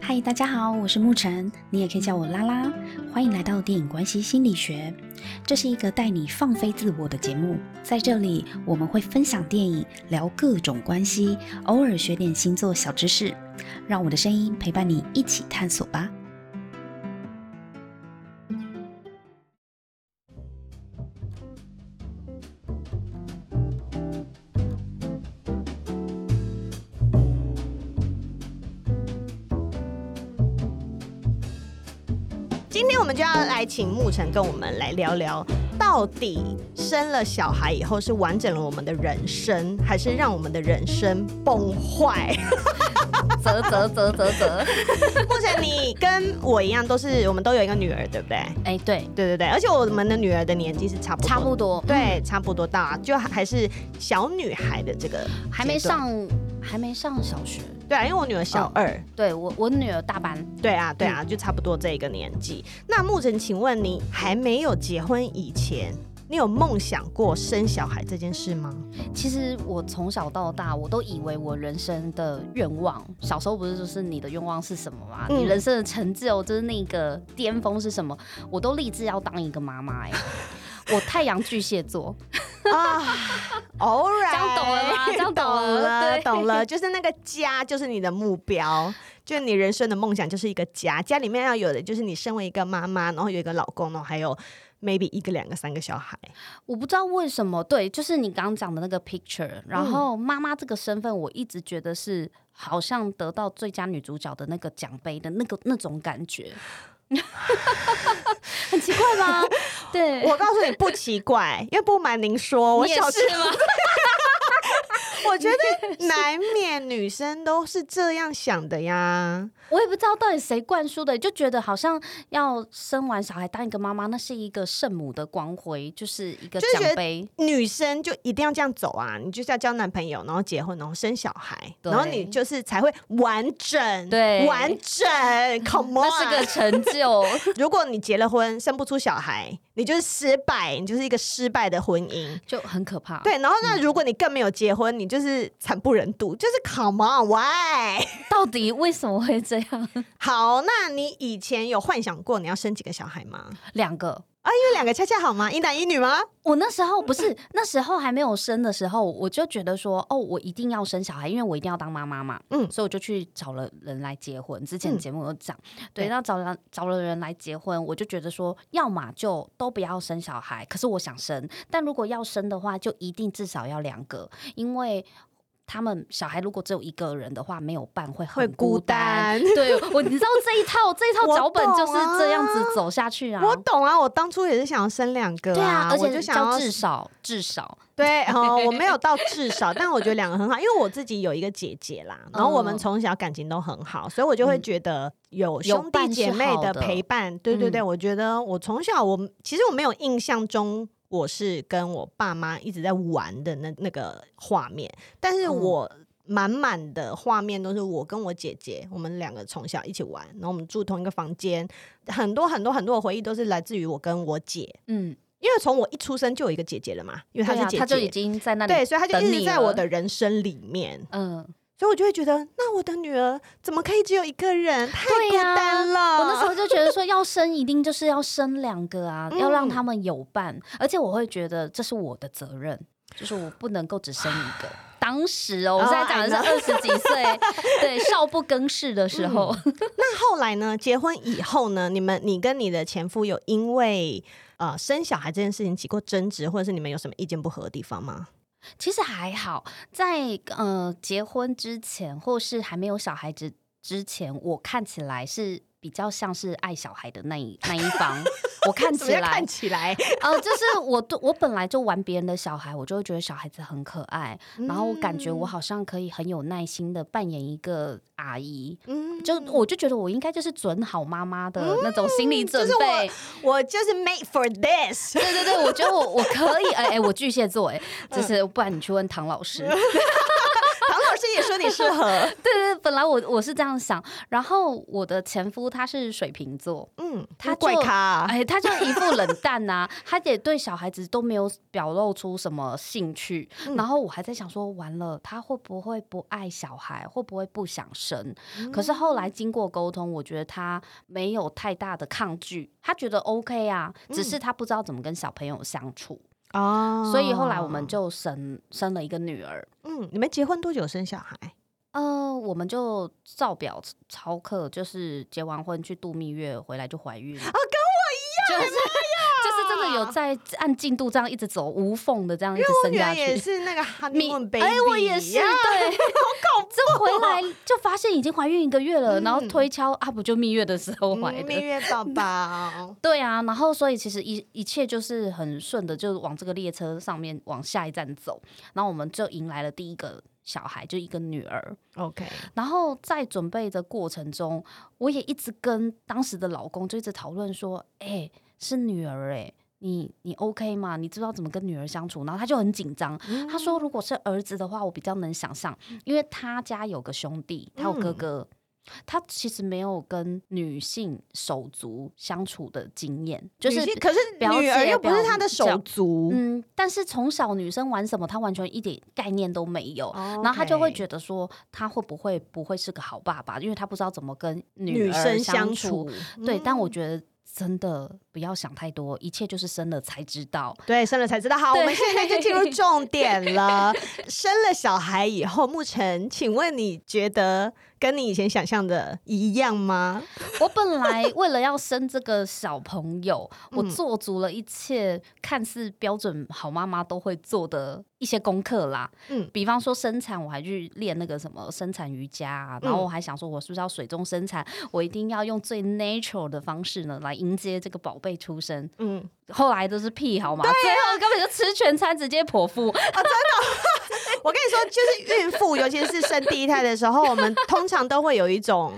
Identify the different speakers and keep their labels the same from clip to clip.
Speaker 1: 嗨，大家好，我是沐晨，你也可以叫我拉拉。欢迎来到电影关系心理学，这是一个带你放飞自我的节目。在这里，我们会分享电影，聊各种关系，偶尔学点星座小知识，让我的声音陪伴你一起探索吧。
Speaker 2: 今天我们就要来请沐晨跟我们来聊聊，到底生了小孩以后是完整了我们的人生，还是让我们的人生崩坏？
Speaker 3: 啧啧啧啧啧，
Speaker 2: 沐晨，你跟我一样，都是我们都有一个女儿，对不对？
Speaker 3: 哎，对，
Speaker 2: 对对对，而且我们的女儿的年纪是差不多，
Speaker 3: 差不多，
Speaker 2: 对，差不多大，就还还是小女孩的这个阶段，
Speaker 3: 还没上，还没上小学。
Speaker 2: 对啊，因为我女儿小二，
Speaker 3: 对我，我女儿大班，
Speaker 2: 对啊，对啊，就差不多这个年纪。那沐晨，请问你还没有结婚以前，你有梦想过生小孩这件事吗？
Speaker 3: 其实我从小到大，我都以为我人生的愿望，小时候不是就是你的愿望是什么吗？
Speaker 2: 嗯
Speaker 3: 你人生的成就就是那个巅峰是什么？我都立志要当一个妈妈哎、 我太阳巨蟹座，
Speaker 2: 啊，偶然，
Speaker 3: 这样懂了吗这样
Speaker 2: 懂
Speaker 3: 懂了
Speaker 2: 了，
Speaker 3: 对
Speaker 2: 懂了，就是那个家，就是你的目标，就是你人生的梦想，就是一个家。家里面要有的就是你身为一个妈妈，然后有一个老公，然后还有 maybe 一个、两个、三个小孩。
Speaker 3: 我不知道为什么，对，就是你刚刚讲的那个 picture，然
Speaker 2: 嗯
Speaker 3: 后妈妈这个身份，我一直觉得是好像得到最佳女主角的那个奖杯的那个那种感觉， 很奇怪吗？对，
Speaker 2: 我告诉你不奇怪，因为不瞒您说，我
Speaker 3: 你也
Speaker 2: 小时
Speaker 3: 是吗？
Speaker 2: 我觉得难免女生都是这样想的呀。
Speaker 3: 我也不知道到底谁灌输的，就觉得好像要生完小孩当一个妈妈，那是一个圣母的光辉，就是一个
Speaker 2: 就是觉得
Speaker 3: 奖杯。
Speaker 2: 女生就一定要这样走啊！你就是要交男朋友，然后结婚，然后生小孩，
Speaker 3: 对
Speaker 2: 然后你就是才会完整，
Speaker 3: 对
Speaker 2: 完整。Come
Speaker 3: 那是
Speaker 2: on，
Speaker 3: 个成 就，
Speaker 2: 如果你结了婚，生不出小孩，你就是失败，你就是一个失败的婚姻。
Speaker 3: 就很可怕。
Speaker 2: 对，然后那如果你更没有结婚，你就是惨不忍睹，就是 Come on，why？
Speaker 3: 到底为什么会这样？
Speaker 2: 好，那你以前有幻想过你要生几个小孩吗？
Speaker 3: 两个，
Speaker 2: 啊，因为两个恰恰好吗？一男一女吗？
Speaker 3: 我那时候不是那时候还没有生的时候，我就觉得说，哦，我一定要生小孩，因为我一定要当妈妈嘛。
Speaker 2: 嗯
Speaker 3: 嗯，所以我就去找了人来结婚。之前
Speaker 2: 嗯
Speaker 3: 节目有讲，对，
Speaker 2: 对
Speaker 3: 那找了找了人来结婚，我就觉得说，要么就都不要生小孩，可是我想生，但如果要生的话，就一定至少要两个，因为。他们小孩如果只有一个人的话，没有伴会
Speaker 2: 会
Speaker 3: 很
Speaker 2: 孤
Speaker 3: 孤单。
Speaker 2: 单。
Speaker 3: 对 我，你知道这一套这一套
Speaker 2: 我
Speaker 3: 脚本就是
Speaker 2: 懂啊
Speaker 3: 这样子走下去啊。
Speaker 2: 我懂啊，我当初也是想要生两个、
Speaker 3: 对啊，而
Speaker 2: 我就
Speaker 3: 且
Speaker 2: 想
Speaker 3: 叫
Speaker 2: 要
Speaker 3: 至少至少
Speaker 2: 对哦，我 没有到至少，但我觉得两个很好，因为我自己有一个姐姐啦，然后我们
Speaker 3: 嗯
Speaker 2: 从小感情都很好，所以我就会觉得有兄弟
Speaker 3: 伴是
Speaker 2: 姐妹
Speaker 3: 好
Speaker 2: 的
Speaker 3: 的嗯
Speaker 2: 陪伴，对对对，我觉得我从小我其实我没有印象中。我是跟我爸妈一直在玩的那那个画面，但是
Speaker 3: 嗯
Speaker 2: 我满满的画面都是我跟我姐姐，我们两个从小一起玩，然后我们住同一个房间，很多很多很多的回忆都是来自于我跟我姐，
Speaker 3: 嗯，
Speaker 2: 因为从我一出生就有一个姐姐了嘛，因为她
Speaker 3: 对
Speaker 2: 是
Speaker 3: 啊
Speaker 2: 姐姐，
Speaker 3: 他就已经在那里，
Speaker 2: 对，所以她就
Speaker 3: 等
Speaker 2: 一直
Speaker 3: 你
Speaker 2: 在我
Speaker 3: 了
Speaker 2: 的人生里面，
Speaker 3: 嗯，
Speaker 2: 所以我就会觉得，那我的女儿怎么可以只有一个人？太
Speaker 3: 对
Speaker 2: 孤
Speaker 3: 呀
Speaker 2: 单了。
Speaker 3: 我那时候就觉得说，要生一定就是要生两个啊，
Speaker 2: 嗯
Speaker 3: 要让他们有伴，而且我会觉得这是我的责任，就是我不能够只生 一个。当时哦，我现在讲的是
Speaker 2: I
Speaker 3: 二十几岁，对少不更事的时候，
Speaker 2: 那后来呢？结婚以后呢？你们，你跟你的前夫有因为呃生小孩这件事情起过争执，或者是你们有什么意见不合的地方 吗？
Speaker 3: 其实还好，在呃结婚之前，或是还没有小孩之之前，我看起来是比较像是爱小孩的那一那一 方。我看
Speaker 2: 怎么
Speaker 3: 起
Speaker 2: 样
Speaker 3: 来
Speaker 2: 看，起来，
Speaker 3: 呃，就是我对我本来就玩别人的小孩，我就会觉得小孩子很可爱，然后我感觉
Speaker 2: 嗯
Speaker 3: 我好像可以很有耐心的扮演一个阿姨。
Speaker 2: 嗯嗯
Speaker 3: 就我就觉得我应该就是准好妈妈的那种心理准
Speaker 2: 就是我
Speaker 3: 备，
Speaker 2: 我就是 made for this。
Speaker 3: 对对对，我觉得我
Speaker 2: 嗯
Speaker 3: 我可以，哎哎，我巨蟹座，哎，就是不然你去问唐老师，
Speaker 2: 唐老师也说你适合，
Speaker 3: 对对，对本来我我是这样想，然后我的前夫他是水瓶座，
Speaker 2: 嗯，
Speaker 3: 他就
Speaker 2: 怪咖啊、
Speaker 3: 哎，他就一副冷淡呐、他也对小孩子都没有表露出什么兴趣。
Speaker 2: 嗯
Speaker 3: 然后我还在想说，完了，他会不会不爱小孩，会不会不想生？可是后
Speaker 2: 嗯
Speaker 3: 来经过沟通，我觉得他没有太大的抗拒，他觉得 OK 啊，只
Speaker 2: 嗯
Speaker 3: 是他不知道怎么跟小朋友相处，
Speaker 2: 哦
Speaker 3: 所以后来我们就生生了一个女儿。
Speaker 2: 嗯，你们结婚多久生小孩？
Speaker 3: 呃，我们就照表操课，就是结完婚去度蜜月，回来就怀孕。啊，跟我一样，哎就是就是真的有在按进度这样一直走，无缝的这样一直
Speaker 2: 我
Speaker 3: 生
Speaker 2: 女
Speaker 3: 下
Speaker 2: 儿也
Speaker 3: 去。
Speaker 2: 是那个 honeymoon baby，
Speaker 3: 哎，我也是，对，
Speaker 2: 呀
Speaker 3: 好恐怖、哦这回来就发现已经怀孕一个月了，然后
Speaker 2: 嗯
Speaker 3: 推敲啊，不就蜜月的时候怀
Speaker 2: 嗯蜜
Speaker 3: 的？，
Speaker 2: 月宝宝
Speaker 3: 对啊，然后所以其实一一切就是很顺的，就往这个列车上面往下一站走，然后我们就迎来了第一个小孩，就一个女儿。
Speaker 2: OK，
Speaker 3: 然后在准备的过程中，我也一直跟当时的老公就一直讨论说：“哎、是女儿哎、你你 OK 吗？你知道怎么跟女儿相处？”然后他就很紧张，
Speaker 2: 嗯
Speaker 3: 他说：“如果是儿子的话，我比较能想象，因为他家有个兄弟，他有哥哥。
Speaker 2: 嗯
Speaker 3: 他其实没有跟女性手足相处的经验，就是
Speaker 2: 女性可是
Speaker 3: 表
Speaker 2: 女儿
Speaker 3: 姐
Speaker 2: 又不是
Speaker 3: 表
Speaker 2: 她的手
Speaker 3: 表
Speaker 2: 足，
Speaker 3: 嗯，但是从小女生玩什么，他完全一点概念都没有。
Speaker 2: 哦嗯
Speaker 3: 然后他就会觉得说，他会不会不会是个好爸爸，因为他不知道怎么跟
Speaker 2: 女
Speaker 3: 儿
Speaker 2: 生相
Speaker 3: 相
Speaker 2: 处。，
Speaker 3: 对，但我
Speaker 2: 嗯
Speaker 3: 觉得真的不要想太多，一切就是生了才知道。
Speaker 2: 对生了才知道。好，我
Speaker 3: 对
Speaker 2: 们现在就进入重点 了。生了小孩以后，沐晨，请问你觉得跟你以前想象的一样吗？
Speaker 3: 我本来为了要生这个小朋友，我
Speaker 2: 嗯
Speaker 3: 做足了一切看似标准好妈妈都会做的一些功课啦。
Speaker 2: 嗯
Speaker 3: 比方说生产，我还去练那个什么生产瑜伽、啊，然
Speaker 2: 嗯
Speaker 3: 后我还想说，我是不是要水中生产？我一定要用最 natural 的方式呢，来迎接这个宝贝出生。
Speaker 2: 嗯，
Speaker 3: 后来都是屁好
Speaker 2: 啊
Speaker 3: 吗？最后根本就吃全餐，直接剖腹。
Speaker 2: 我跟你说，就是孕妇，尤其是生第一胎的时候，我们通常都会有一种。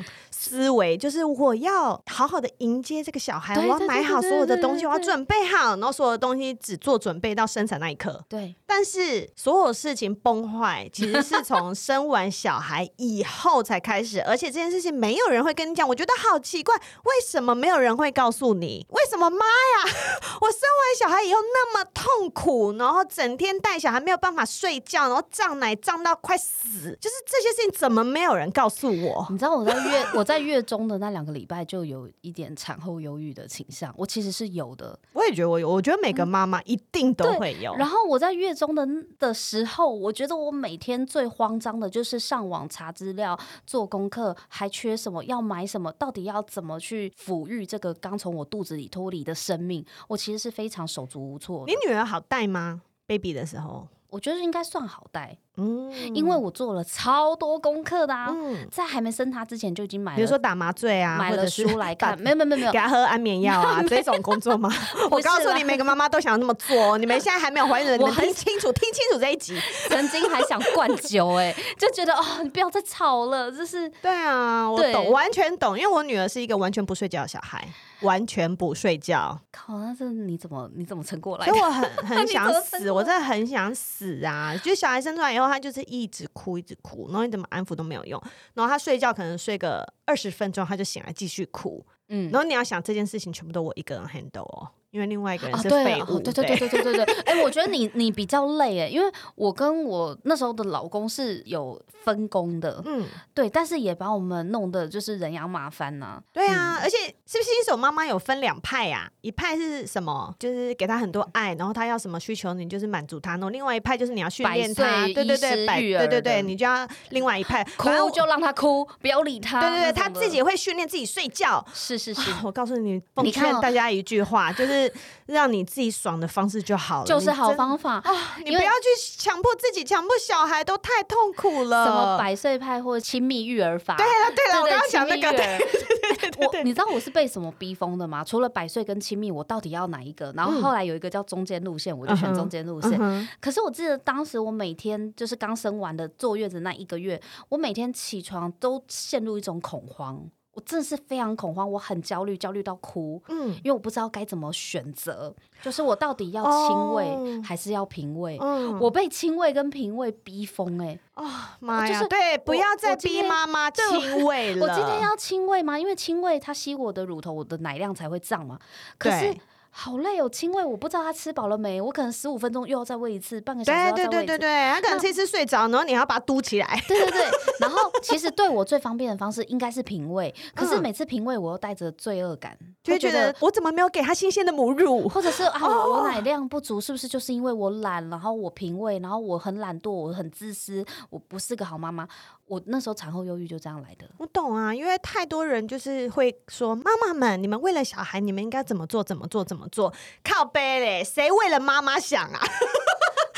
Speaker 2: 思维就是我要好好的迎接这个小孩，我
Speaker 3: 对
Speaker 2: 要
Speaker 3: 对
Speaker 2: 买
Speaker 3: 对
Speaker 2: 好
Speaker 3: 对
Speaker 2: 所有的
Speaker 3: 对
Speaker 2: 东西，
Speaker 3: 对
Speaker 2: 我要
Speaker 3: 对
Speaker 2: 准备好，然后所有的东西只做准备到生产那一刻。
Speaker 3: 对，
Speaker 2: 但是所有事情崩坏，其实是从生完小孩以后才开始，而且这件事情没有人会跟你讲。我觉得好奇怪，为什么没有人会告诉你？ 为什么妈呀，我生完小孩以后那么痛苦，然后整天带小孩没有办法睡觉，然后胀奶胀到快死，就是这些事情怎么没有人告诉我？
Speaker 3: 你知道我在月我在月中的那两个礼拜就有一点产后忧郁的倾向，我其实是有的。
Speaker 2: 我也觉得我有，我觉得每个妈妈一定都
Speaker 3: 对
Speaker 2: 会有。
Speaker 3: 然后我在月中的的时候，我觉得我每天最慌张的就是上网查资料、做功课，还缺什么要买什么，到底要怎么去抚育这个刚从我肚子里脱离的生命，我其实是非常手足无措的
Speaker 2: 你。女儿好带吗？baby 的时候，
Speaker 3: 我觉得应该算好带，
Speaker 2: 嗯，
Speaker 3: 因为我做了超多功课的啊，
Speaker 2: 嗯。
Speaker 3: 在还没生他之前就已经买了，
Speaker 2: 比如说打麻醉啊，
Speaker 3: 买
Speaker 2: 或
Speaker 3: 了
Speaker 2: 者是
Speaker 3: 书来
Speaker 2: 打
Speaker 3: 看，没有没有没有没有
Speaker 2: 给，他喝安眠药啊，这种工作 吗？我告诉你，每个妈妈都想要那么做哦。你们现在还没有怀孕的，你
Speaker 3: 我
Speaker 2: 们
Speaker 3: 很
Speaker 2: 听清楚，听清楚这一 集。
Speaker 3: 曾经还想灌酒、哎， 就觉得哦，你不要再吵了，就是
Speaker 2: 对啊，我
Speaker 3: 对
Speaker 2: 懂，完全懂，因为我女儿是一个完全不睡觉的小孩，完全不睡觉，
Speaker 3: 靠，那这你怎么你怎么撑过来
Speaker 2: 所
Speaker 3: 的
Speaker 2: 以？我很很想
Speaker 3: 你怎么撑
Speaker 2: 死，我真的很想死啊！就小孩生出来以后，她就是一直哭，一直哭，然后你怎么安抚都没有用，然后她睡觉可能睡个二十分钟，她就醒来继续哭，
Speaker 3: 嗯
Speaker 2: 然后你要想这件事情全部都我一个人 handle 哦，因为另外一个人
Speaker 3: 啊，
Speaker 2: 是
Speaker 3: 对
Speaker 2: 废
Speaker 3: 了，
Speaker 2: 物，
Speaker 3: 哦对对对对对对对，哎、我觉得你你比较累哎，因为我跟我那时候的老公是有分工的，
Speaker 2: 嗯。
Speaker 3: 对，但是也把我们弄得就是人仰马翻呐、
Speaker 2: 对
Speaker 3: 嗯
Speaker 2: 啊，而且是不是新手妈妈有分两派呀、一派是什么？就是给她很多爱，然后她要什么需求，你就是满足她；然后另外一派就是你要训练
Speaker 3: 百
Speaker 2: 她，
Speaker 3: 岁
Speaker 2: 对对
Speaker 3: 医
Speaker 2: 对，
Speaker 3: 师
Speaker 2: 百
Speaker 3: 育
Speaker 2: 对
Speaker 3: 儿
Speaker 2: 对对，
Speaker 3: 的
Speaker 2: 你就要另外一派反正
Speaker 3: 哭就让他哭，不要理他。
Speaker 2: 对对对，
Speaker 3: 那
Speaker 2: 她
Speaker 3: 种的
Speaker 2: 自己会哦训练自己睡觉。啊
Speaker 3: 是是是，
Speaker 2: 我告诉你，奉
Speaker 3: 你看
Speaker 2: 劝
Speaker 3: 哦
Speaker 2: 大家一句话，就是让你自己爽的方式就好了，
Speaker 3: 就是
Speaker 2: 你
Speaker 3: 好
Speaker 2: 真。啊
Speaker 3: 方法。
Speaker 2: 你
Speaker 3: 因
Speaker 2: 不
Speaker 3: 为
Speaker 2: 要去强迫自己，强迫小孩都太痛苦了。
Speaker 3: 什么百岁派或亲密育儿 法？对
Speaker 2: 呃对了对了，我
Speaker 3: 对
Speaker 2: 刚刚讲那
Speaker 3: 亲密
Speaker 2: 个，
Speaker 3: 育
Speaker 2: 对
Speaker 3: 儿
Speaker 2: 哎
Speaker 3: 我你知道我是被什么逼疯的吗？除了百岁跟亲密，我到底要哪一个？然后后来有一个叫中间路线，我就选中间路线。
Speaker 2: 嗯嗯哼
Speaker 3: 可是我记得当时我每天就是刚生完的坐月子那一个月，我每天起床都陷入一种恐慌。我真的是非常恐慌，我很焦虑，焦虑到哭，
Speaker 2: 嗯
Speaker 3: 因为我不知道该怎么选择，就是我到底要亲
Speaker 2: 哦
Speaker 3: 喂还是要平喂。
Speaker 2: 嗯
Speaker 3: 我被亲喂跟平喂逼疯哎、欸
Speaker 2: 哦妈
Speaker 3: 就
Speaker 2: 呀，
Speaker 3: 是
Speaker 2: 对，不
Speaker 3: 我
Speaker 2: 要
Speaker 3: 我
Speaker 2: 再
Speaker 3: 今
Speaker 2: 逼
Speaker 3: 天
Speaker 2: 妈妈
Speaker 3: 对 我
Speaker 2: 亲喂了。
Speaker 3: 我今天要亲喂吗？因为亲喂它吸我的乳头，我的奶量才会胀嘛。可是
Speaker 2: 对
Speaker 3: 好累哦，亲喂我不知道它吃饱了没，我可能十五分钟又要再喂一次，半个小时又
Speaker 2: 对
Speaker 3: 要再
Speaker 2: 对
Speaker 3: 喂
Speaker 2: 对对
Speaker 3: 一次。
Speaker 2: 对，他可能
Speaker 3: 那
Speaker 2: 吃一次睡着，然后你还要把它嘟起来。
Speaker 3: 对对对，然后其实对我最方便的方式应该是平喂，可是
Speaker 2: 嗯
Speaker 3: 每次平喂我又带着罪恶感，
Speaker 2: 就会
Speaker 3: 会
Speaker 2: 觉得哦我怎么没有给他新鲜的母乳？
Speaker 3: 或者是啊，我我奶量不足，是不是就是因为我懒，然后我平胃，然后我很懒惰，我很自私，我不是个好妈妈。我那时候产后忧郁就这样来的。
Speaker 2: 我懂啊，因为太多人就是会说，妈妈们，你们为了小孩，你们应该怎么做？怎么做？怎么做？靠背嘞，谁为了妈妈想啊？